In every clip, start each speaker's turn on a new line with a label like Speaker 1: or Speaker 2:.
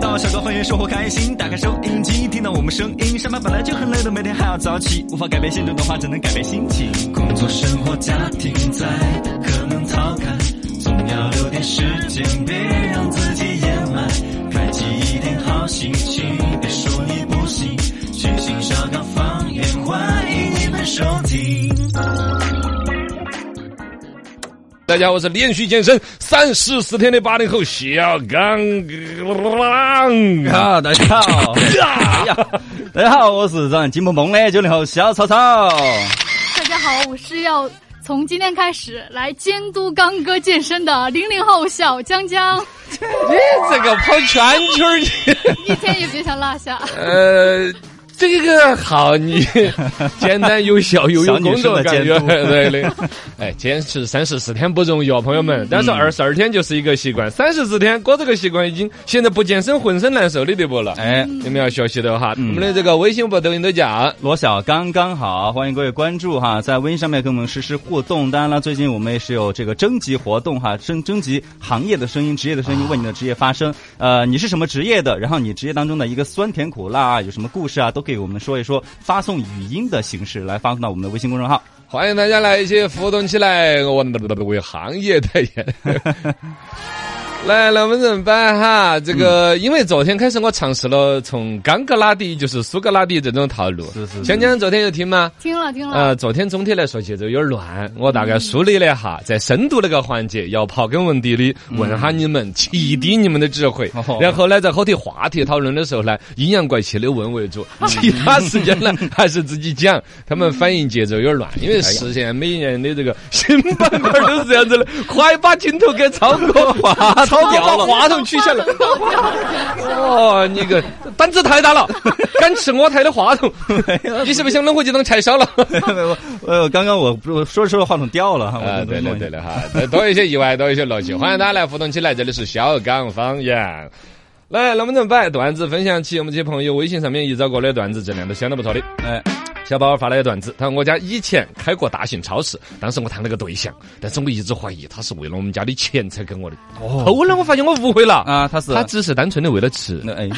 Speaker 1: 高欢悦，生活开心。打开收音机，听到我们声音。上班本来就很累的，每天还要早起，无法改变现状的话，只能改变心情。工作、生活、家庭在可能逃开，总要留点时间，别让自己掩埋。开启一点好心情，别说你不行，全新小岗方言，欢迎你们收听。
Speaker 2: 大家好，我是连续健身三十四天的八零后小刚
Speaker 3: 好，大家好，哎呀大家好，我是让金萌萌的九零后小草草。
Speaker 4: 大家好，我是要从今天开始来监督刚哥健身的零零后小江 江，
Speaker 2: 这个跑圈圈儿去，
Speaker 4: 一天也别想落下。
Speaker 2: 呃，这个好，你简单有效又有工作感觉，
Speaker 3: 小女生的监督
Speaker 2: 对的。哎，坚持三十四天不容易哦，朋友们。但是二十二天就是一个习惯，三十四天过这个习惯已经现在不健身浑身难受的地步了。
Speaker 3: 哎，
Speaker 2: 你们要学习的哈，我们的这个微信、微博、抖音都叫。啊
Speaker 3: 罗小刚刚好，欢迎各位关注哈，在微信上面跟我们实施互动。当然了，最近我们也是有这个征集活动哈，征征集行业的声音、职业的声音，为你的职业发声。呃，你是什么职业的？然后你职业当中的一个酸甜苦辣啊，有什么故事啊，都可以我们说一说，发送语音的形式来发送到我们的微信公众 号。
Speaker 2: 欢迎大家来一起互动起来，我为行业代言。 来，那我们怎么办哈？这
Speaker 3: 嗯
Speaker 2: 个，因为昨天开始我尝试了从冈格拉底，就是苏格拉底这种套路。
Speaker 3: 是是是
Speaker 2: 江江昨天有听吗？
Speaker 4: 听了听了，
Speaker 2: 呃，昨天总体来说节奏有点乱，我大概梳理了一下，在深度那个环节，要刨根问底的问下你们，启迪你们的智慧
Speaker 3: 哦，
Speaker 2: 然后呢，在后头话题讨论的时候呢，阴阳怪气的问为主，其他时间呢还是自己讲。他们反应节奏有点乱，因为实现每一年的这个新板块都是这样子的，快把镜头给超哥话，超哥把话筒取下来。哦，你个胆子太大了，敢吃我台的话筒，你是不是想弄回去当柴烧了？
Speaker 3: 呃，刚刚我我说着说着话筒掉了哈，
Speaker 2: 啊，
Speaker 3: 我
Speaker 2: 对了 对了哈，多一些意外，多一 些乐趣，欢迎大家来互动起来。这里是小岗方言。来，那么怎么摆段子分享起？我们这些朋友微信上面一找过来的段子，质量都相当不错的。
Speaker 3: 哎，
Speaker 2: 小宝发来的段子，他说我家以前开过大型超市，当时我谈了个对象，但是我一直怀疑他是为了我们家的钱才跟我的。后来我发现我误会了，
Speaker 3: 哦啊，他是
Speaker 2: 他只是单纯的为了吃。
Speaker 3: 那哎，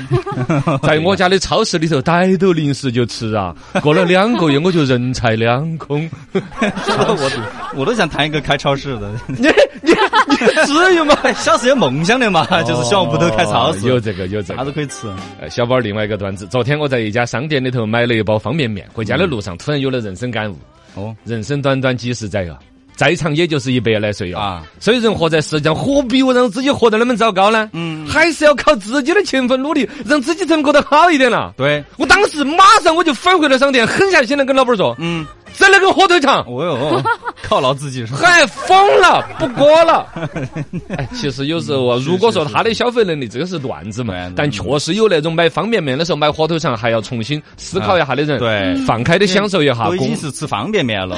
Speaker 2: 在我家的超市里头逮到零食就吃啊，过了两个月我就人财两空。
Speaker 3: 我我都想谈一个开超市的，
Speaker 2: 你你你至于吗？
Speaker 3: 小时候有梦想的嘛，就是希望屋 头开超市，
Speaker 2: 哦有这个有这
Speaker 3: 啥
Speaker 2: 个
Speaker 3: 都。可以吃。
Speaker 2: 呃小宝儿另外一个段子，昨天我在一家商店里头买了一包方便面，回家的路上突然有了人生感悟，
Speaker 3: 哦，
Speaker 2: 人生短短几十载啊。再长也就是一百来岁啊，
Speaker 3: 啊
Speaker 2: 所以人活在世上，何必我让自己活得那么糟糕呢？
Speaker 3: 嗯
Speaker 2: 还是要靠自己的勤奋努力，让自己才能过得好一点啦。
Speaker 3: 对，
Speaker 2: 我当时马上我就返回了商店，狠下心来跟老板说，
Speaker 3: 嗯，
Speaker 2: 再来个火腿肠，
Speaker 3: 我有犒劳自己是吧？
Speaker 2: 嗨，疯了，不过 了。哎，其实有时候啊，
Speaker 3: 嗯是
Speaker 2: 如果说
Speaker 3: 是是
Speaker 2: 他的消费能力，这个是段子嘛
Speaker 3: 对，嗯
Speaker 2: 但确实有那种买方便面的时候买火腿肠还要重新思考一下的人，
Speaker 3: 啊对
Speaker 2: 放开的享受一下
Speaker 3: 都已
Speaker 2: 公
Speaker 3: 经。是吃方便面了，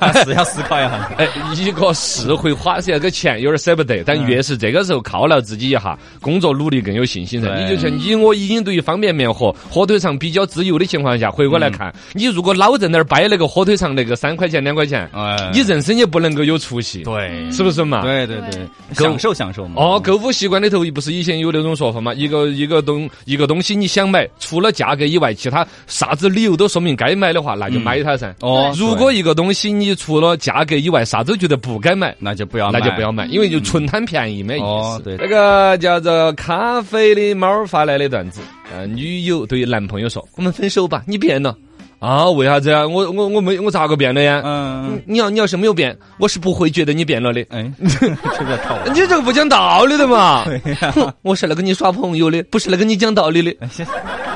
Speaker 3: 还是要思考一下。
Speaker 2: 哎，一个是会花这个钱有点舍不得，
Speaker 3: 嗯
Speaker 2: 但越是这个时候犒劳自己一下，工作努力更有信心噻。
Speaker 3: 对
Speaker 2: 你就像你我已经对于方便面和火腿肠比较自由的情况下，回过来
Speaker 3: 嗯
Speaker 2: 看，你如果老在那儿掰那个火腿肠那个三块钱两块钱，
Speaker 3: 哎
Speaker 2: 你人生也不能够有出息，
Speaker 3: 对
Speaker 2: 是不是嘛？
Speaker 3: 对对对，享受享受嘛。
Speaker 2: 哦，购物习惯里头不是以前有那种说法吗？一个一个东一个东西你想买，除了价格以外，其他啥子理由都说明该买的话，那就买它噻。
Speaker 3: 哦，
Speaker 2: 如
Speaker 3: 对
Speaker 2: 果一个东西你除了价格以外啥都觉得不该买，
Speaker 3: 那就不要，
Speaker 2: 那就不要。买，因为就纯贪便宜没意
Speaker 3: 哦
Speaker 2: 思。
Speaker 3: 对
Speaker 2: 那个叫做咖啡的猫儿发来的段子，呃，女友对男朋友说：“我们分手吧，你变了。”啊，为啥子呀？我我我没我咋个变了呀？
Speaker 3: 嗯，
Speaker 2: 嗯你要你要是没有变，我是不会觉得你变了的。
Speaker 3: 哎，这个犒劳
Speaker 2: 你这个不讲道理的嘛！
Speaker 3: 呀
Speaker 2: 哼我是来跟你耍朋友的，不是来跟你讲道理的。
Speaker 3: 哎先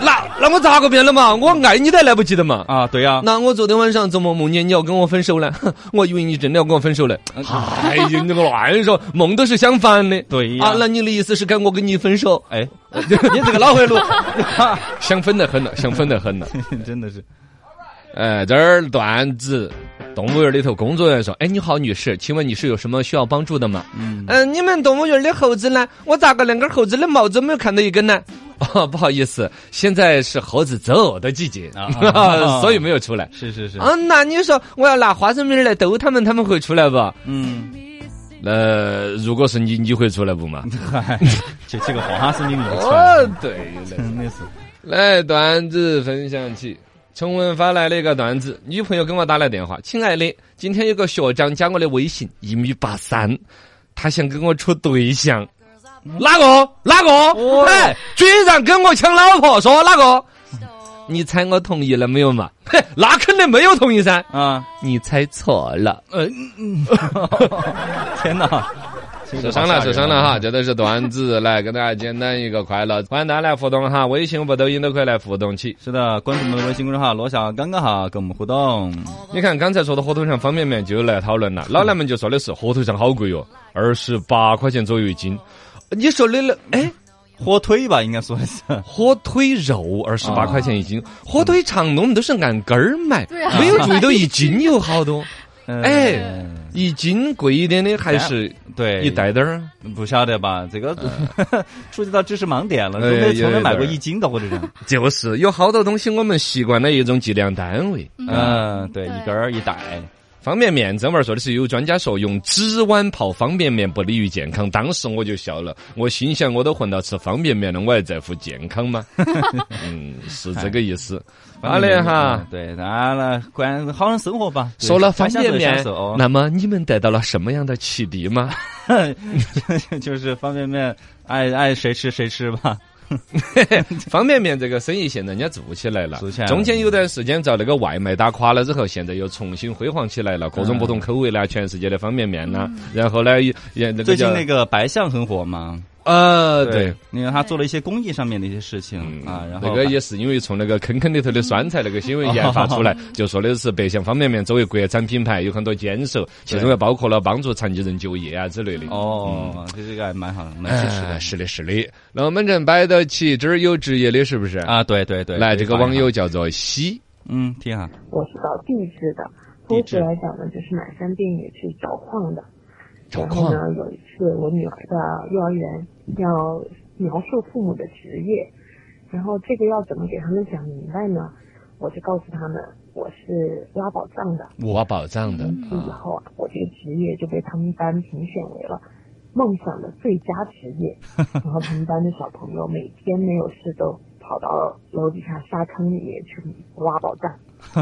Speaker 2: 那那我咋个变了嘛？我爱你都来不及的嘛！
Speaker 3: 啊，对呀，
Speaker 2: 那我昨天晚上做梦梦见你要跟我分手了，哼 我以为你真的要跟我分手了。哎呀，你乱说，梦都是相反的。
Speaker 3: 啊对呀
Speaker 2: 啊，那你的意思是该我跟你分手？
Speaker 3: 哎，你这个脑 回路，
Speaker 2: 想分得很了，想分得很了。
Speaker 3: 真的是
Speaker 2: 哎，这儿段子，动物园里头工作人员说：“哎，你好，女士，请问你是有什么需要帮助的吗？”嗯，你们动物园的猴子呢？我咋个两根猴子的毛子没有看到一根呢？ 哦，不好意思，现在是猴子择偶的季节，
Speaker 3: 啊啊
Speaker 2: 所以没有出来。
Speaker 3: 是是是，
Speaker 2: 啊，那你说我要拿花生米儿来逗它们，它们会出来不？
Speaker 3: 嗯，
Speaker 2: 那呃如果是你，你会出来不嘛？
Speaker 3: 嗨， 这这个好哈是你母
Speaker 2: 哦， 对了，
Speaker 3: 亲，类似。
Speaker 2: 来段子分享起。陈文发来了一个段子，女朋友跟我打来电话，亲爱的，今天有个学长加我的微信，一米八三，他想跟我处对象，哪个哪个？哎，居然跟我抢老婆，说哪个？你猜我同意了没有嘛？嘿，那肯定没有同意噻。
Speaker 3: 啊，
Speaker 2: 你猜错了，
Speaker 3: 呃，嗯天哪，
Speaker 2: 受伤了，受伤了哈！这都是段子，来跟大家简单一个快乐，欢迎大家来互动哈，微信、微博、抖音都可以来互动起。
Speaker 3: 是的，关注我们的微信公众号“罗小刚刚好”，跟我们互动。
Speaker 2: 你看刚才说的火腿肠方便面就有来讨论了，老南们就说的是火腿肠好贵哟、二十八块钱左右一斤。你说的了，哎，
Speaker 3: 火腿吧，应该说的 是。
Speaker 2: 火腿肉二十八块钱一斤，火腿肠我们都是按根儿买，
Speaker 4: 对啊
Speaker 2: 没有注意 到一斤有好多，哎
Speaker 3: 嗯，
Speaker 2: 一斤贵一点的还是
Speaker 3: 对，
Speaker 2: 一袋点儿。啊
Speaker 3: 不晓得吧？这个 触及到知识盲点了，
Speaker 2: 哎
Speaker 3: 都没从
Speaker 2: 有
Speaker 3: 没
Speaker 2: 一
Speaker 3: 买过
Speaker 2: 点儿
Speaker 3: 一斤的或者是，
Speaker 2: 就是有好多东西我们习惯了一种计量单位，
Speaker 3: 嗯，对，
Speaker 4: 对
Speaker 3: 一根儿一袋，
Speaker 2: 方便面，这玩意儿说的是有专家说用纸碗泡方便面不利于健康，当时我就笑了，我心想我都混到吃方便面了，我还在乎健康 吗？嗯，是这个意思。好嘞哈
Speaker 3: 嗯，，对，大家呢，管好好生活吧。对
Speaker 2: 说了
Speaker 3: 该
Speaker 2: 方
Speaker 3: 享受
Speaker 2: 便
Speaker 3: 的
Speaker 2: 面
Speaker 3: 享受哦，
Speaker 2: 那么你们得到了什么样的启迪吗？
Speaker 3: 就是方便面，爱爱谁吃谁吃吧。
Speaker 2: 方便面这个生意现在人家做起来了
Speaker 3: 做起来，了
Speaker 2: 中间有段时间遭那个外卖打垮了之后，现在又重新辉煌起来
Speaker 3: 嗯
Speaker 2: 了，各种不同口味啦，全世界的方便面啦，然后呢，也也那
Speaker 3: 最
Speaker 2: 个
Speaker 3: 近
Speaker 2: 叫
Speaker 3: 那个白象很火嘛，
Speaker 2: 呃对。，嗯
Speaker 3: 因为他做了一些公益上面的一些事情啊，然后
Speaker 2: 那个也是因为从那个坑坑里头的酸菜那个新闻研发出 来，就说的是白象方便面作为国产品牌有很多坚守，其中也包括了帮助残疾人就业啊之类的。
Speaker 3: 哦，这这个还蛮好的，蛮
Speaker 2: 嗯哎，
Speaker 3: 支持的
Speaker 2: 是的，是的。那我们这摆得起，这儿有职业的，是不是？
Speaker 3: 啊，对对对。
Speaker 2: 来，
Speaker 3: 可以
Speaker 2: 哎这个啊
Speaker 3: 发一
Speaker 2: 网
Speaker 3: 发，
Speaker 2: 友叫做西，
Speaker 3: 嗯，听哈，
Speaker 5: 我是搞地质的，
Speaker 3: 地
Speaker 5: 通
Speaker 3: 质
Speaker 5: 俗来讲呢，就是满山遍野去找矿的。
Speaker 2: 找
Speaker 5: 然后
Speaker 2: 矿
Speaker 5: 呢，有一次我女儿的幼儿园要描述父母的职业，然后这个要怎么给他们讲明白呢？我就告诉他们，我是挖宝藏的。
Speaker 2: 挖宝藏的，
Speaker 5: 从此以后啊，我这个职业就被他们班评选为了梦想的最佳职业。然后他们班的小朋友每天没有事都跑到楼底下沙坑里面去挖宝藏。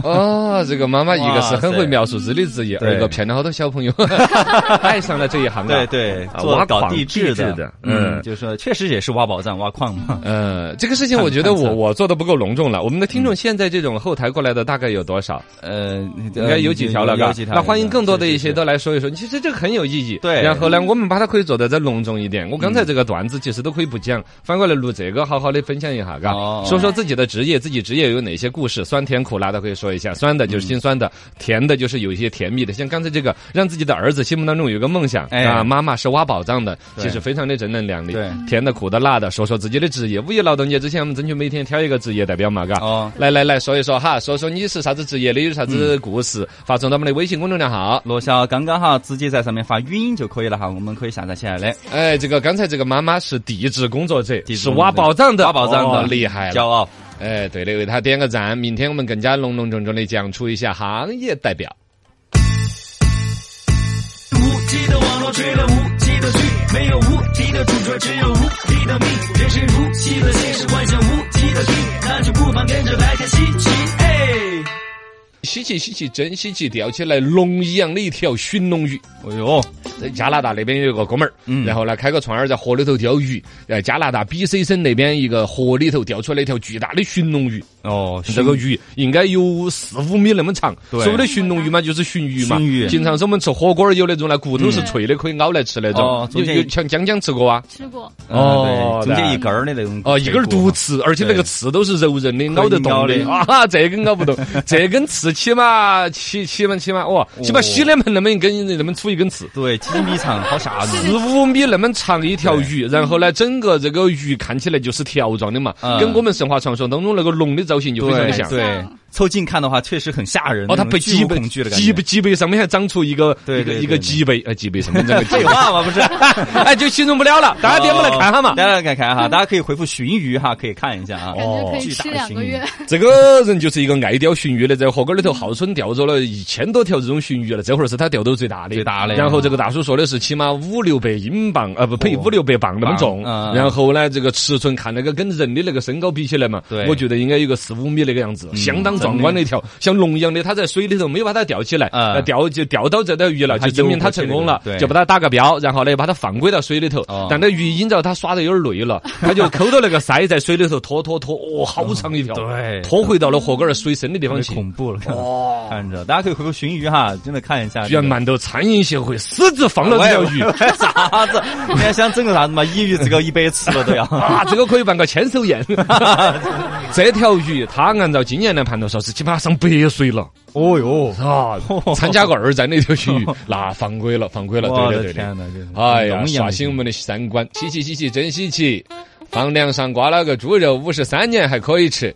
Speaker 2: 哦，这个妈妈一个是很会描述自己的职业，
Speaker 3: 对
Speaker 2: 二个骗了好多小朋友， 爱上了这一行
Speaker 3: 对
Speaker 2: 啊。
Speaker 3: 对，
Speaker 2: 啊
Speaker 3: 做
Speaker 2: 挖
Speaker 3: 搞
Speaker 2: 矿
Speaker 3: 地质
Speaker 2: 地质
Speaker 3: 的
Speaker 2: 的，
Speaker 3: 嗯，
Speaker 2: 嗯
Speaker 3: 就是说确实也是挖宝藏、挖矿 嘛。
Speaker 2: 呃，这个事情我觉得
Speaker 3: 看看
Speaker 2: 我
Speaker 3: 看
Speaker 2: 我做的不够隆重了。我们的听众现在这种后台过来的大概有多少？
Speaker 3: 呃，应
Speaker 2: 应该有几条了，
Speaker 3: 呃有
Speaker 2: 嘎
Speaker 3: 几条。
Speaker 2: 那欢迎更多的一些
Speaker 3: 的
Speaker 2: 都来说一说。其实这个很有意义。
Speaker 3: 对嗯
Speaker 2: 然后呢，我们把它可以做得再隆重一点。我刚才这个段子其实都可以不讲，反过来录这个，好好的分享一下，嘎
Speaker 3: 哦。
Speaker 2: 说说自己的职业，自己职业有哪些故事，酸甜苦辣的可以说一下。酸的就是
Speaker 3: 嗯
Speaker 2: 心酸的，甜的就是有一些甜蜜的。像刚才这个，让自己的儿子心目当中有个梦想
Speaker 3: 哎
Speaker 2: 啊，妈妈是挖宝藏的，
Speaker 3: 对
Speaker 2: 其实非常的正能量的。
Speaker 3: 对，
Speaker 2: 甜的、苦的、辣的，说说自己的职业。五一劳动节之前，我们争取每天挑一个职业代表嘛，嘎。
Speaker 3: 哦，
Speaker 2: 来来来说一说哈，说说你是啥子职业的，有啥子
Speaker 3: 嗯
Speaker 2: 故事，发送到我们的微信公众号。
Speaker 3: 罗霄刚刚好，直接在上面发语音就可以了哈，我们可以下载起来嘞。
Speaker 2: 哎，这个刚才这个妈妈是地质工作者，
Speaker 3: 地质
Speaker 2: 是
Speaker 3: 工作者
Speaker 2: 挖宝藏的，
Speaker 3: 挖宝藏的
Speaker 2: 哦厉害
Speaker 3: 骄
Speaker 2: 了。
Speaker 3: 傲。
Speaker 2: 哎，对的，为他点个赞。明天我们更加隆隆重重的讲出一下行业代表。
Speaker 1: 无极的网络追了无极的剧，没有无敌的主角，只有无敌的命。人生如戏的现实，幻想无极的剧，那就不妨跟着来看稀奇。哎，
Speaker 2: 稀奇稀奇，真稀奇！钓起来龙一样的一条寻龙鱼。
Speaker 3: 哎呦，
Speaker 2: 在加拿大那边有一个哥们儿，
Speaker 3: 嗯
Speaker 2: 然后呢开个船儿在河里头钓鱼，在加拿大 BC 省那边一个河里头钓出来一条巨大的寻龙鱼。
Speaker 3: 哦，
Speaker 2: 这个鱼应该有四五米那么长，
Speaker 3: 对
Speaker 2: 所谓的鲟龙鱼嘛，就是鲟鱼嘛。
Speaker 3: 鲟鱼嗯
Speaker 2: 平常是我们吃火锅儿有那种，那骨头是脆的，可以咬来吃那
Speaker 3: 哦
Speaker 2: 种。
Speaker 3: 中
Speaker 2: 有
Speaker 3: 间
Speaker 2: 有像江江吃过啊？
Speaker 4: 吃过，
Speaker 2: 哦
Speaker 3: 哦，对中间
Speaker 2: 对
Speaker 3: 一根儿的那种，
Speaker 2: 哦，一根儿独刺，而且那个刺都是柔韧的，咬得动
Speaker 3: 可以咬的
Speaker 2: 啊，这根咬不动，这根刺起码起起码起码哇，
Speaker 3: 哦
Speaker 2: 起码洗脸盆那么一根那么粗一根刺。
Speaker 3: 对，几米长，好 吓人。
Speaker 2: 四五米那么长一条鱼，然后呢，整个这个鱼看起来就是条状的嘛，
Speaker 3: 嗯
Speaker 2: 跟我们神话传说当中那个龙的造型就非常的
Speaker 3: 对
Speaker 2: 像。
Speaker 3: 对
Speaker 4: 像
Speaker 3: 凑近看的话，确实很吓人。
Speaker 2: 哦，
Speaker 3: 那
Speaker 2: 它
Speaker 3: 种
Speaker 2: 被
Speaker 3: 巨
Speaker 2: 脊
Speaker 3: 物
Speaker 2: 背
Speaker 3: 恐惧的感
Speaker 2: 脊
Speaker 3: 觉。
Speaker 2: 背脊背上面还长出一个
Speaker 3: 对
Speaker 2: 一个
Speaker 3: 对
Speaker 2: 一个
Speaker 3: 对
Speaker 2: 脊背呃脊背 上面长个脊
Speaker 3: 废话哦嘛，不是？
Speaker 2: 哎，就形容不了了，大家点过来看哈嘛。
Speaker 3: 大家来看哈，大家可以回复鲟鱼哈，可以看一下
Speaker 2: 哦
Speaker 3: 啊。
Speaker 4: 感觉可以
Speaker 3: 巨大
Speaker 4: 吃
Speaker 3: 的
Speaker 4: 两个
Speaker 3: 鲸鱼
Speaker 4: 月。
Speaker 2: 这个人就是一个爱钓鲟鱼的，在河沟里头号称钓着了一千多条这种鲟鱼了，这会儿是他钓到最大的。
Speaker 3: 最大的
Speaker 2: 然后这个大叔说的是起码五六百英镑，呃不呸，
Speaker 3: 哦
Speaker 2: 五六百磅那么重。
Speaker 3: 磅嗯
Speaker 2: 然后呢，这个尺寸看那个跟人的那个身高比起来嘛，
Speaker 3: 对嗯
Speaker 2: 我觉得应该有个四五米那个样子，相当壮观的一条，像龙一样的。他在水里头没有把它钓起来，
Speaker 3: 嗯
Speaker 2: 呃钓就钓到这条鱼了，
Speaker 3: 它
Speaker 2: 就证明他成功了
Speaker 3: 游过去了对，
Speaker 2: 就把它打个标，然后呢把它放归到水里头
Speaker 3: 哦。
Speaker 2: 但那鱼因着它耍得有点累 了，它就抠到那个鳃在水里头拖拖拖，哦，好长一条。
Speaker 3: 对
Speaker 2: 拖回到了河沟儿水深的地
Speaker 3: 特
Speaker 2: 方
Speaker 3: 别
Speaker 2: 去。
Speaker 3: 恐怖了，看看着大家可以回复鲟鱼哈，真的看一下这个。
Speaker 2: 哦居然馒头餐饮协会私自放了这条
Speaker 3: 哎
Speaker 2: 鱼
Speaker 3: 啥子？你还想整个啥子嘛？一鱼只够一百吃了都要。
Speaker 2: 啊！这个可以办个牵手 宴。这条鱼，它按照今年来判断，说是起码上百岁了
Speaker 3: 哦哟，
Speaker 2: 啊！参加过二战那条鱼，那犯规了，犯规了，
Speaker 3: 我
Speaker 2: 对的
Speaker 3: 的
Speaker 2: 对
Speaker 3: 天
Speaker 2: 的。
Speaker 3: 哪！这是
Speaker 2: 哎
Speaker 3: 龙
Speaker 2: 呀，
Speaker 3: 一样
Speaker 2: 刷
Speaker 3: 的
Speaker 2: 新我们的三观，稀奇稀奇，真稀奇！房梁上挂了个猪肉，五十三年还可以 吃。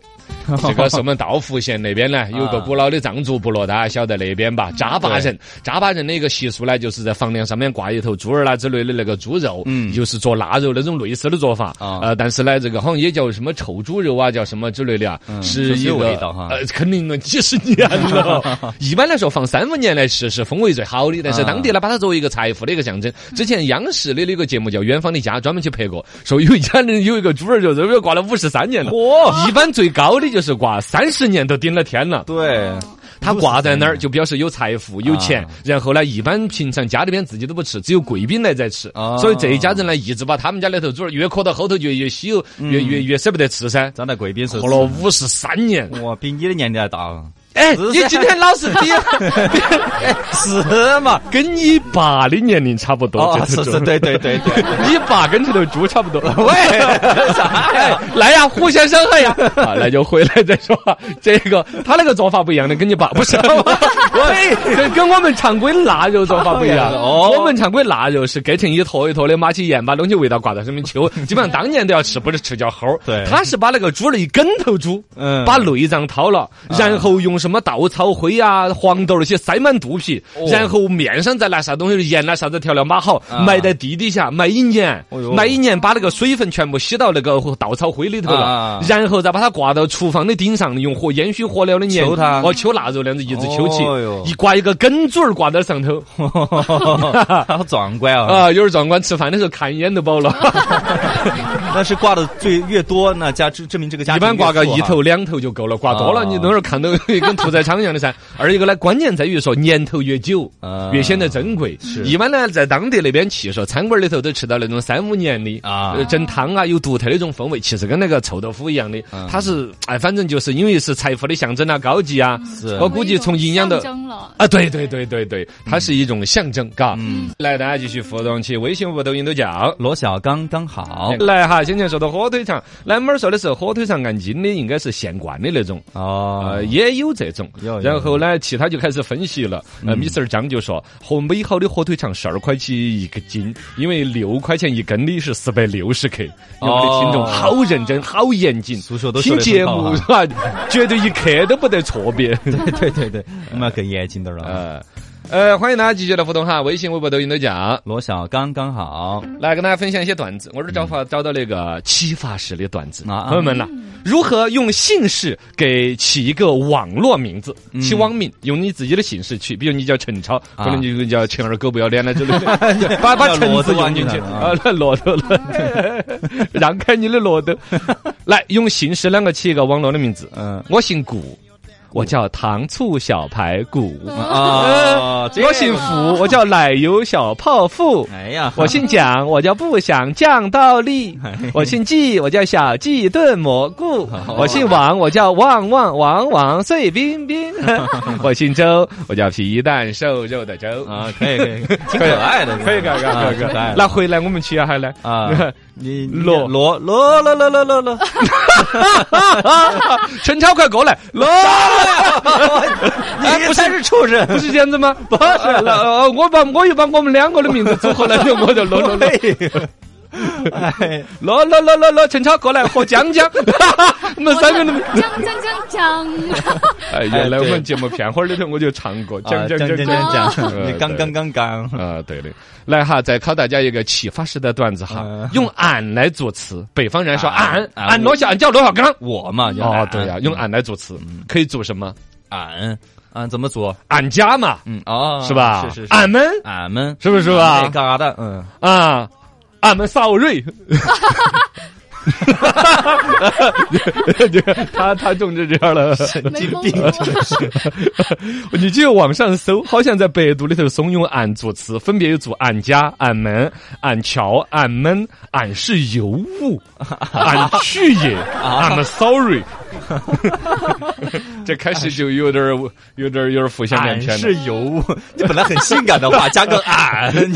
Speaker 2: 这个是我们道孚县那边
Speaker 3: 啊
Speaker 2: 呢，有个古老的藏族部落，大家晓得那边吧？
Speaker 3: 嗯
Speaker 2: 扎巴人，扎巴人的一个习俗呢，就是在房梁上面挂一头猪儿啦之类的那个猪肉，
Speaker 3: 嗯
Speaker 2: 就是做腊肉那种类似的做法。
Speaker 3: 啊
Speaker 2: 呃，但是呢，这个好像也叫什么臭猪肉啊，叫什么之类的啊，
Speaker 3: 嗯
Speaker 2: 是一
Speaker 3: 有
Speaker 2: 个
Speaker 3: 味道哈
Speaker 2: 呃，肯定了几十年 了。一般来说，放三五年来吃是风味最好的，但是
Speaker 3: 啊
Speaker 2: 当地呢，把它作为一个财富的一个象征。
Speaker 3: 嗯
Speaker 2: 之前央视的那个节目叫《远方的家》，专门去拍过，说有一家人有一个猪儿肉，肉肉挂了五十三年了。
Speaker 3: 嚯，
Speaker 2: 一般最高的就是挂三十年都顶了天了，
Speaker 3: 对，
Speaker 2: 他挂在那儿就表示有财富、有钱
Speaker 3: 啊。
Speaker 2: 然后呢，一般平常家里边自己都不吃，只有贵宾来在吃
Speaker 3: 哦。
Speaker 2: 所以这一家人呢，一直把他们家那头猪儿越磕到后头就越稀有，越越越舍不得吃噻。
Speaker 3: 长在贵嗯宾是
Speaker 2: 活了五十三年，
Speaker 3: 哇，比你的年龄还大，啊
Speaker 2: 哎，
Speaker 3: 是
Speaker 2: 你今天老是 比
Speaker 3: 是嘛？
Speaker 2: 跟你爸的年龄差不多，
Speaker 3: 哦，
Speaker 2: 这头
Speaker 3: 是
Speaker 2: 猪
Speaker 3: 是，对对对 对。
Speaker 2: 你爸跟这头猪差不多。 喂，啥呀？来呀，胡先生，来呀！啊，那就回来再 说。这个他那个做法不一样的，跟你爸 不是，喂，哎这跟我们常规腊肉做法不一样。
Speaker 3: 哦
Speaker 2: 我们常规腊肉是割成一坨一坨的，抹起盐，把东西味道挂在上面 揪，基本上当年都要吃，不是吃叫齁儿。
Speaker 3: 对
Speaker 2: 他是把那个猪的一根头猪，
Speaker 3: 嗯
Speaker 2: 把内脏掏了，然后用什么稻草灰啊、黄豆那些塞满肚皮，然后面上再拿啥东西盐啊、啥子调料码好，
Speaker 3: 啊
Speaker 2: 埋在地底下埋一年
Speaker 3: 哦哟，
Speaker 2: 埋一年把那个水分全部吸到那个稻草灰里头了
Speaker 3: 啊，
Speaker 2: 然后再把它挂到厨房的顶上，用火烟熏火燎的年
Speaker 3: 揪它
Speaker 2: 哦，揪腊肉那样子一直揪起
Speaker 3: 哦哟，
Speaker 2: 一挂一个梗嘴儿挂在 上头，
Speaker 3: 好壮观啊！
Speaker 2: 啊，有点壮观，吃饭的时候看一眼都饱了。
Speaker 3: 但是挂的最越多，那家证证明这个家
Speaker 2: 一般
Speaker 3: 庭越
Speaker 2: 挂个
Speaker 3: 富啊
Speaker 2: 一
Speaker 3: 哈
Speaker 2: 头两头就够了，挂多了
Speaker 3: 啊
Speaker 2: 你等会儿看到跟屠宰场一样的噻。二一个呢，关键在于说年头越久
Speaker 3: 啊，
Speaker 2: 越显得珍贵。一般呢，在当地那边去说餐馆里头都吃到那种三五年的
Speaker 3: 啊
Speaker 2: 呃整汤啊有独特的一种风味，其实跟那个臭豆腐一样的，
Speaker 3: 啊
Speaker 2: 它是哎，反正就是因为是财富的象征啊，高级啊。
Speaker 3: 是
Speaker 2: 我估计从营养的
Speaker 4: 象征了
Speaker 2: 啊，对对对对对，它是一种象征，嘎。
Speaker 3: 嗯
Speaker 2: 来，大家继续互动起，微信、微博、抖音都叫。
Speaker 3: 罗小刚刚好
Speaker 2: 来哈，先前说到火腿肠，南妹儿说的是火腿肠按斤的应该是现灌的那种。
Speaker 3: 哦
Speaker 2: 呃，，也有这种
Speaker 3: 有有，嗯
Speaker 2: 然后呢，其他就开始分析了。呃，Mr 张就说，和美好的火腿肠十二块钱一个斤，因为六块钱一根的是四百六十克。我们的听众
Speaker 3: 哦
Speaker 2: 好认真，好严谨
Speaker 3: 苏手，都说
Speaker 2: 听
Speaker 3: 得
Speaker 2: 节
Speaker 3: 很好
Speaker 2: 目
Speaker 3: 啊
Speaker 2: 是 吧？绝对一刻都不得 错别。
Speaker 3: 对对对对，我们要更严谨点儿了。
Speaker 2: 呃。呃，欢迎大家继续来互动哈，微信、微博、抖音都讲，
Speaker 3: 罗小刚刚好，
Speaker 2: 来跟大家分享一些段子。我是找发找到那个启发式的段子，
Speaker 3: 嗯啊啊
Speaker 2: 朋友们呐，如何用姓氏给起一个网络名字，起网名，用你自己的姓氏去，比如你叫陈超，
Speaker 3: 嗯啊
Speaker 2: 可能就叫陈二狗不要脸了之类 的，把把
Speaker 3: 要
Speaker 2: 陈
Speaker 3: 骡
Speaker 2: 字
Speaker 3: 子
Speaker 2: 用
Speaker 3: 弯
Speaker 2: 进
Speaker 3: 进
Speaker 2: 去
Speaker 3: 来
Speaker 2: 啊
Speaker 3: 了，
Speaker 2: 骆驼了， 让开你的骆驼，来用姓氏两个起一个网络的名字，
Speaker 3: 嗯
Speaker 2: 我姓顾，我叫糖醋小排骨，
Speaker 3: 啊，这个
Speaker 2: 我姓付，我叫奶油小泡芙。
Speaker 3: 哎呀，
Speaker 2: 我姓蒋，我叫不想酱倒立；
Speaker 3: 哎
Speaker 2: 我姓季，我叫小季炖蘑菇；我姓王，我叫旺旺王王碎 冰冰；我姓周，我叫皮蛋瘦肉的周。
Speaker 3: 啊，可以可以， 挺可爱的，
Speaker 2: 可以，可以，可以，可以可
Speaker 3: 啊
Speaker 2: 以
Speaker 3: 可爱了
Speaker 2: 那回来我们去啊，还来
Speaker 3: 啊，你你
Speaker 2: 罗
Speaker 3: 罗罗罗罗罗罗罗，
Speaker 2: 啊陈超，快过来！罗，哎
Speaker 3: 你
Speaker 2: 不是
Speaker 3: 才哎是畜生，
Speaker 2: 不是这样 子吗？不是，那呃我把我又把我们两个的名字组合了，我就罗罗罗。
Speaker 3: 哎，
Speaker 2: 老老老老老陈超过来和 江江，我们三个人。
Speaker 4: 讲讲讲 讲，
Speaker 2: 哎，原来我们节目片花里头我就唱过讲讲
Speaker 3: 啊讲
Speaker 2: 讲
Speaker 3: 讲
Speaker 2: 讲。
Speaker 3: 讲
Speaker 2: 呃
Speaker 3: 讲，你刚
Speaker 2: 对
Speaker 3: 刚刚刚，
Speaker 2: 啊、对的，来哈，再考大家一个启发式的段子哈，
Speaker 3: 嗯
Speaker 2: 用俺来做词，北方人说俺
Speaker 3: 啊俺
Speaker 2: 俺罗小俺叫罗小刚，
Speaker 3: 我嘛，就
Speaker 2: 哦
Speaker 3: 俺，嗯
Speaker 2: 对呀、用俺来做词，可以做什么？
Speaker 3: 俺俺怎么做？
Speaker 2: 俺家嘛，
Speaker 3: 嗯啊，
Speaker 2: 是吧？
Speaker 3: 是是是，
Speaker 2: 俺们
Speaker 3: 俺们
Speaker 2: 是不是吧
Speaker 3: 俺们嘎的，嗯，
Speaker 2: 啊，俺们少 瑞。 他他中这招了，
Speaker 4: 没疯 过。
Speaker 2: 你就网上搜，好像在百度里头怂恿俺做词，分别有做俺家、俺门、俺桥、俺们、俺是尤 物、俺去也、
Speaker 3: 啊
Speaker 2: 俺们 sorry。这开始就有点儿有点儿有点儿浮想联
Speaker 3: 俺
Speaker 2: 翩了。
Speaker 3: 是尤物， 你本来很性感的话，加 个俺， 你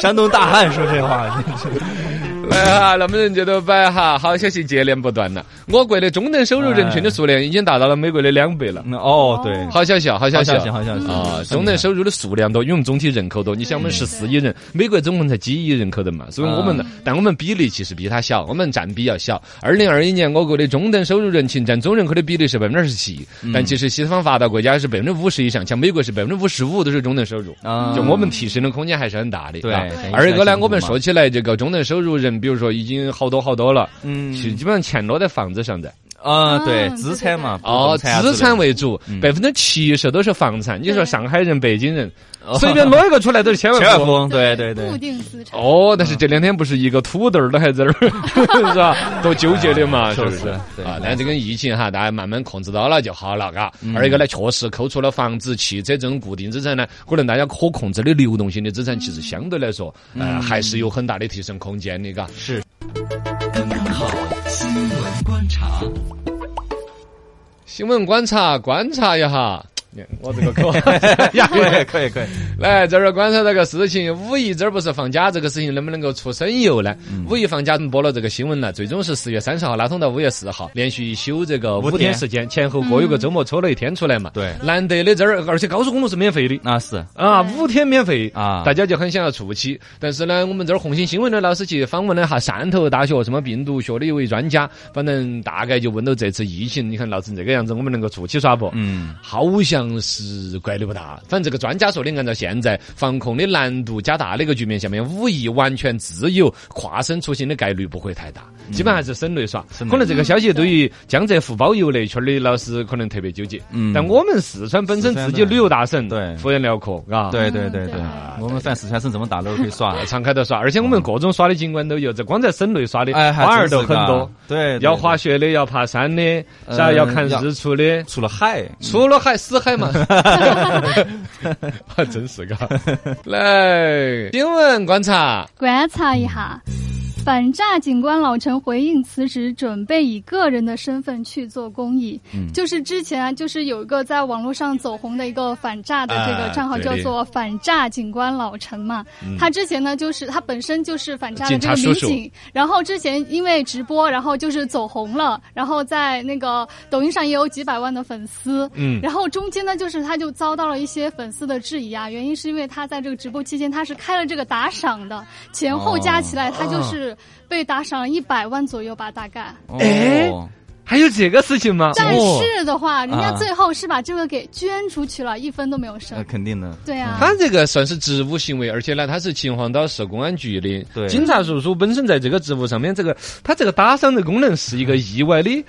Speaker 3: 山东大汉说这话， 你这
Speaker 2: 来哈，那么人节头摆哈，好消息接连不断了。我国的中等收入人群的数量已经达到了美国的两倍了。
Speaker 3: 嗯哦，对，
Speaker 2: 好消息啊，好消
Speaker 3: 好
Speaker 2: 息
Speaker 3: 消息，
Speaker 2: 啊！
Speaker 3: 好消息
Speaker 2: 啊，中等收入的数量多，因为我们总体人口多。你想，我们十四亿人，美国总共才几亿人口的嘛，所以我
Speaker 3: 啊
Speaker 2: 们呢，但我们比例其实比它小，我们占比要小。二零二一年，我国的中等收入人群占总人口的比例是百分之二十七，
Speaker 3: 嗯
Speaker 2: 但其实西方发达国家是百分之五十以上，像美国是百分之五十五都是中等收入。
Speaker 3: 啊，
Speaker 2: 就我们提升的空间还是很大的，
Speaker 3: 对哎
Speaker 2: 啊
Speaker 3: 对
Speaker 2: 二一个呢，我们说起来这个中等收入人，比如说已经好多好多了，
Speaker 3: 嗯
Speaker 2: 其实基本上钱落在房子上的。
Speaker 3: 啊，对，
Speaker 4: 嗯
Speaker 3: 资产嘛，
Speaker 2: 哦，
Speaker 3: 不动产啊
Speaker 2: 资
Speaker 3: 之类
Speaker 2: 产
Speaker 3: 的
Speaker 2: 为主，
Speaker 3: 嗯
Speaker 2: 百分之七十都是房产。你说
Speaker 4: 对
Speaker 2: 上海人、北京人，
Speaker 3: 哦
Speaker 2: 随便捞一个出来都是千
Speaker 3: 千万
Speaker 2: 万
Speaker 3: 富
Speaker 2: 富翁。
Speaker 3: 翁，对对对
Speaker 4: 固，定资产。
Speaker 2: 哦，但是这两天不是一个土豆儿都还在那儿， 是吧？多纠结的嘛，
Speaker 3: 哎
Speaker 2: 是不
Speaker 3: 是
Speaker 2: 是
Speaker 3: 是？对
Speaker 2: 啊，但这跟疫情哈，大家慢慢控制到了就好了，嘎。二一个呢，确实扣除了房子、汽车这种固定资产呢，可能大家可控制的流动性的资产，其实相对来说，呃，还是有很大的提升空间的，嘎。
Speaker 3: 是
Speaker 1: 嗯新闻观察，
Speaker 2: 新闻观察，观察一下。 我这个口 呀，
Speaker 3: 可以可以可以，
Speaker 2: 来这儿观察这个事情，五一这儿不是放假这个事情能不能够出省油呢？
Speaker 3: 嗯
Speaker 2: 五一放假播了这个新闻呢，最终是四月三十号拉通到五月四号，连续休这个
Speaker 3: 五
Speaker 2: 五天
Speaker 3: 天
Speaker 2: 时间，前后各有个周末抽了一天出来嘛。
Speaker 3: 对
Speaker 2: 难得的这儿，而且高速公路是免费的。
Speaker 3: 那是
Speaker 2: 啊，五天免费
Speaker 3: 啊
Speaker 2: 大家就很想要出去。但是呢，我们这儿红星新闻的老师去访问了哈汕头大学什么病毒学的一位专家，反正大概就问到这次疫情，你看闹成这个样子，我们能够出去耍不？
Speaker 3: 嗯，
Speaker 2: 好像是怪力不大。反正这个专家说的，按照现在防控的难度加大的一个局面下面，五一完全自由跨省出行的概率不会太大，基本还是省内耍。
Speaker 3: 嗯省内
Speaker 2: 可能这个消息对于江浙沪包邮那一圈的老师可能特别纠结。
Speaker 3: 嗯
Speaker 2: 但我们四川本身
Speaker 3: 四川
Speaker 2: 自己
Speaker 3: 的
Speaker 2: 旅游大省，
Speaker 3: 对
Speaker 2: 幅员辽阔，啊，
Speaker 3: 对对对
Speaker 4: 嗯
Speaker 3: 啊对
Speaker 4: 对，
Speaker 3: 我们反四川省怎么打都可以耍，
Speaker 2: 常开头耍，而且我们各种耍的景观都有，这光在省内耍的
Speaker 3: 哎，还
Speaker 2: 花儿
Speaker 3: 真
Speaker 2: 都
Speaker 3: 是
Speaker 2: 很
Speaker 3: 嘎
Speaker 2: 多，，
Speaker 3: 对，对
Speaker 2: 要
Speaker 3: 对
Speaker 2: 滑雪的，要爬山的，
Speaker 3: 呃
Speaker 2: 啥嗯要看
Speaker 3: 要
Speaker 2: 日出的。
Speaker 3: 除了海，
Speaker 2: 除了海，死 海嘛，还啊真是 嘎。来，新闻观察，
Speaker 4: 观察一下，反诈警官老陈回应辞职，准备以个人的身份去做公益。
Speaker 2: 嗯
Speaker 4: 就是之前啊就是有一个在网络上走红的一个反诈的这个账号，
Speaker 2: 啊
Speaker 4: 叫
Speaker 2: 对的嗯
Speaker 4: 做“反诈警官老陈”嘛。他之前呢，就是他本身就是反诈的
Speaker 2: 警
Speaker 4: 这
Speaker 2: 察
Speaker 4: 个民警，
Speaker 2: 叔叔
Speaker 4: 然后之前因为直播，然后就是走红了，然后在那个抖音上也有几百万的粉丝。
Speaker 2: 嗯
Speaker 4: 然后中间呢，就是他就遭到了一些粉丝的质疑啊，原因是因为他在这个直播期间他是开了这个打赏的，前后加起来他就是被打赏了一百万左右吧，大概。
Speaker 2: 哎
Speaker 3: 哦
Speaker 2: 还有这个事情吗？
Speaker 4: 但
Speaker 2: 哦
Speaker 4: 是的话，人家
Speaker 3: 啊
Speaker 4: 最后是把这个给捐出去了，一分都没有
Speaker 3: 那
Speaker 4: 剩。
Speaker 3: 肯定的，
Speaker 4: 对啊，
Speaker 2: 他这个算是职务行为，而且呢，他是秦皇岛市公安局的
Speaker 3: 对
Speaker 2: 警察叔叔，本身在这个职务上面，这个他这个打赏的功能是一个意外的，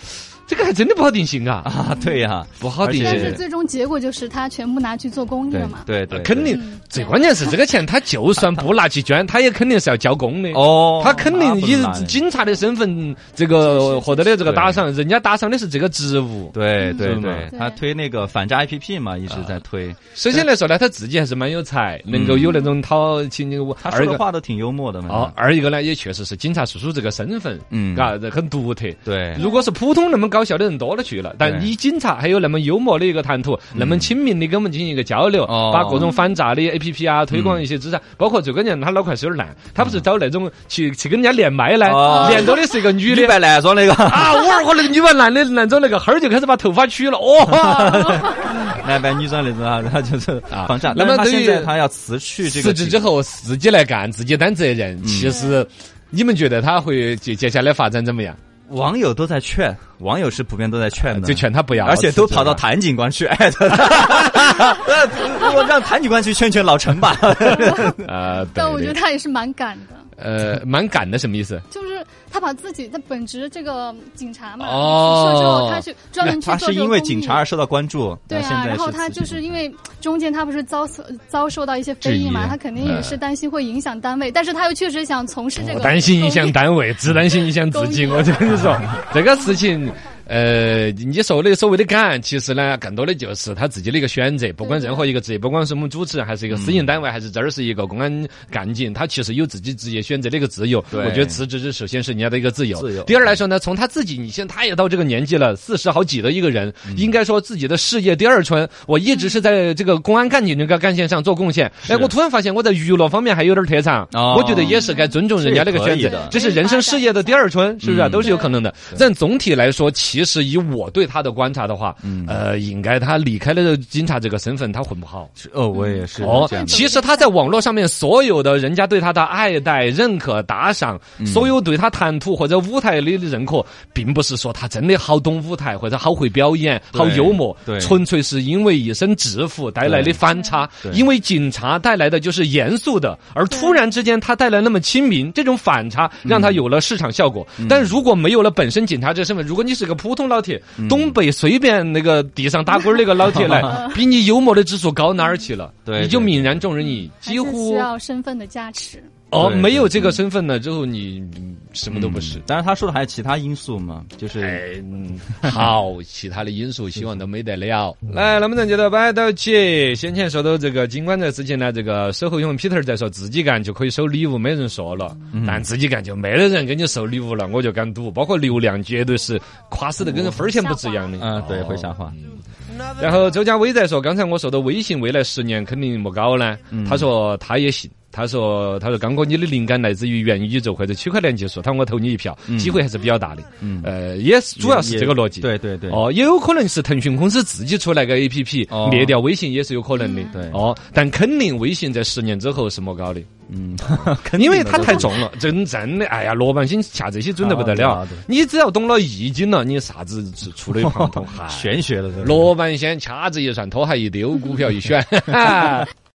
Speaker 2: 这个还真的不好定性啊，
Speaker 3: 啊，对呀，
Speaker 2: 不好定
Speaker 4: 但
Speaker 3: 而
Speaker 2: 性
Speaker 3: 且
Speaker 4: 是。最终结果就是他全部拿去做公益
Speaker 3: 对
Speaker 4: 了嘛。
Speaker 3: 对对，
Speaker 2: 肯定，最关键是这个钱，他就算不拿去捐，他也肯定是要交公的。
Speaker 3: 对哦，
Speaker 2: 他肯定
Speaker 3: 那不能拿
Speaker 2: 以
Speaker 3: 的
Speaker 2: 警察的身份，这个获得的这个打赏，人家打赏的是这个职务。
Speaker 3: 对对
Speaker 2: 是吗
Speaker 3: 对，
Speaker 4: 对
Speaker 3: 他推那个反诈 APP 嘛，一直在推，
Speaker 2: 首先来说呢，他自己还是蛮有才，能够有那种讨情。
Speaker 3: 嗯他
Speaker 2: 二
Speaker 3: 说
Speaker 2: 一
Speaker 3: 的
Speaker 2: 个
Speaker 3: 话都挺幽默的
Speaker 2: 哦
Speaker 3: 嘛，，
Speaker 2: 二一个呢，也确实是警察叔叔这个身份，
Speaker 3: 嗯
Speaker 2: 嘎，这很独特。
Speaker 3: 对，
Speaker 2: 如果是普通那么搞笑的人多了去了，但
Speaker 3: 哎对嗯
Speaker 2: 你警察还有那么幽默的一个谈吐，那么亲民的跟我们进行一个交流，
Speaker 3: 哦
Speaker 2: 把各种反诈的 A P P 啊推广一些资产，包括最关键他脑壳是有点烂，他不是找那种去去跟人家连麦呢
Speaker 3: 嗯哦，
Speaker 2: 连到的是一个女的
Speaker 3: 女，扮男装那个
Speaker 2: 啊，我二和那个女版男的男装那个哈儿就开始把头发 取了，哦，
Speaker 3: 男扮女 装那种啊，他就是
Speaker 2: 啊
Speaker 3: 反诈。
Speaker 2: 那么
Speaker 3: 但是他
Speaker 2: 对于
Speaker 3: 现在他要辞去这个嗯
Speaker 2: 辞职之后自己来干，自己担责任，其实。你们觉得他会接接下来发展怎么样？
Speaker 3: 网友都在劝，网友是普遍都在啊劝的，
Speaker 2: 就劝他不要，
Speaker 3: 嗯而且都跑到
Speaker 2: 辞职了
Speaker 3: 谭警官去艾 特他，那我让谭警官去劝劝老陈吧。
Speaker 2: 呃，对
Speaker 4: 但我觉得
Speaker 2: 对
Speaker 4: 他也是蛮敢的，
Speaker 2: 呃蛮敢的什么意思？
Speaker 4: 就是他把自己的本职这个警察嘛，
Speaker 2: 哦
Speaker 4: 辞职之后他去专门 去
Speaker 3: 他
Speaker 4: 做
Speaker 3: 是
Speaker 4: 这个
Speaker 3: 因为
Speaker 4: 公益
Speaker 3: 警察而受到关注，
Speaker 4: 对
Speaker 3: 那
Speaker 4: 啊，
Speaker 3: 现在
Speaker 4: 然后他
Speaker 3: 辞职
Speaker 4: 就是因为中间他不是遭受遭受到一些非议
Speaker 2: 质
Speaker 4: 嘛，
Speaker 2: 疑
Speaker 4: 他肯定也是担心会影响单位，但是他又确实想从事这个，
Speaker 2: 我担心影响。单位，只担心影响自己。
Speaker 4: 公益
Speaker 2: 我跟你说，这个事情，呃，你说的所谓的敢，其实呢，更多的就是他自己的一个选择。不管任何一个职业，不管是我们主持人，还是一个私
Speaker 3: 嗯
Speaker 2: 营单位，还是这儿是一个公安干警，他其实有自己职业选择的一个自由。
Speaker 3: 对
Speaker 2: 我觉得辞职是首先是人家的一个自由。
Speaker 3: 自由
Speaker 2: 第二来说呢，从他自己，你现在他也到这个年纪了，四十好几的一个人，
Speaker 3: 嗯
Speaker 2: 应该说自己的事业第二春。我一直是在这个公安干警这个干线上做贡献。哎，我突然发现我在娱乐方面还有点儿特长，
Speaker 3: 哦
Speaker 2: 我觉得也是该尊重。人家那
Speaker 3: 是
Speaker 2: 个
Speaker 3: 可
Speaker 2: 圈
Speaker 3: 以
Speaker 2: 子
Speaker 3: 的，嗯
Speaker 2: 这是人生事业的第二春，是不是啊、都是有可能的。但总体来说，其实以我对他的观察的话，
Speaker 3: 嗯
Speaker 2: 呃，应该他离开了警察这个身份，他混不好。
Speaker 3: 是哦，我
Speaker 4: 嗯
Speaker 3: 也是
Speaker 2: 哦
Speaker 3: 这样，的
Speaker 2: 其实他在网络上面所有的人家对他的爱戴、认可、打赏，
Speaker 3: 嗯
Speaker 2: 所有对他谈吐或者舞台里的认可，并不是说他真的好懂舞台或者好会表演、
Speaker 3: 对
Speaker 2: 好幽默
Speaker 3: 对，
Speaker 2: 纯粹是因为一身制服带来的反差
Speaker 4: 嗯
Speaker 3: 对。对
Speaker 2: 因为警察带来的就是严肃的，而突然之间他带来那么亲民，这种反差
Speaker 3: 嗯
Speaker 2: 让他有了市场效果。但如果没有了本身警察这身份，如果你是个普通老铁，
Speaker 3: 嗯
Speaker 2: 东北随便那个地上打滚儿那个老 铁来，比你幽默的指数高哪儿去了？
Speaker 3: 对
Speaker 2: 你就泯然众人矣，
Speaker 4: 还
Speaker 2: 几
Speaker 4: 是需
Speaker 2: 乎
Speaker 4: 要身份的加持，
Speaker 2: 哦，
Speaker 3: 对
Speaker 2: 没有这个身份了之后，你嗯什么都不是
Speaker 3: 嗯。当然，他说的还有其他因素嘛，就是
Speaker 2: 哎，嗯好，其他的因素希望都没得了。来，那么咱接着摆到起。先前说到这个警官的事情呢，这个售后用 Peter 在说自己干就可以收礼物，没人说了，但自己干就没得人给你收礼物了，我就敢赌，包括流量绝对是垮死的跟分钱不值一样的。
Speaker 3: 嗯，对，
Speaker 2: 哦
Speaker 3: 会下滑。
Speaker 2: 然后周家伟在说，刚才我说的微信未来十年肯定莫搞呢，
Speaker 3: 嗯
Speaker 2: 他说他也信。他说：“他说刚哥，你的灵感来自于元宇宙或者区块链技术，他说我投你一票，
Speaker 3: 嗯
Speaker 2: 机会还是比较大的。呃，也是主要是这个逻辑。
Speaker 3: 对对对，
Speaker 2: 哦，也有可能是腾讯公司自己出来个 A P P
Speaker 3: 哦嗯
Speaker 2: 灭掉微信，也是有可能的。
Speaker 3: 对
Speaker 2: 哦，但肯定微信在十年之后是莫搞的，
Speaker 3: 嗯，
Speaker 2: 因为它太重了，真正的，哎呀，罗板心下这些准得不得
Speaker 3: 啊
Speaker 2: 了
Speaker 3: 对。
Speaker 2: 你只要懂了易经了，你啥子出出类 旁通，嗨。”
Speaker 3: 玄学的这个
Speaker 2: 罗板先掐指一算，头还一丢，股票一选。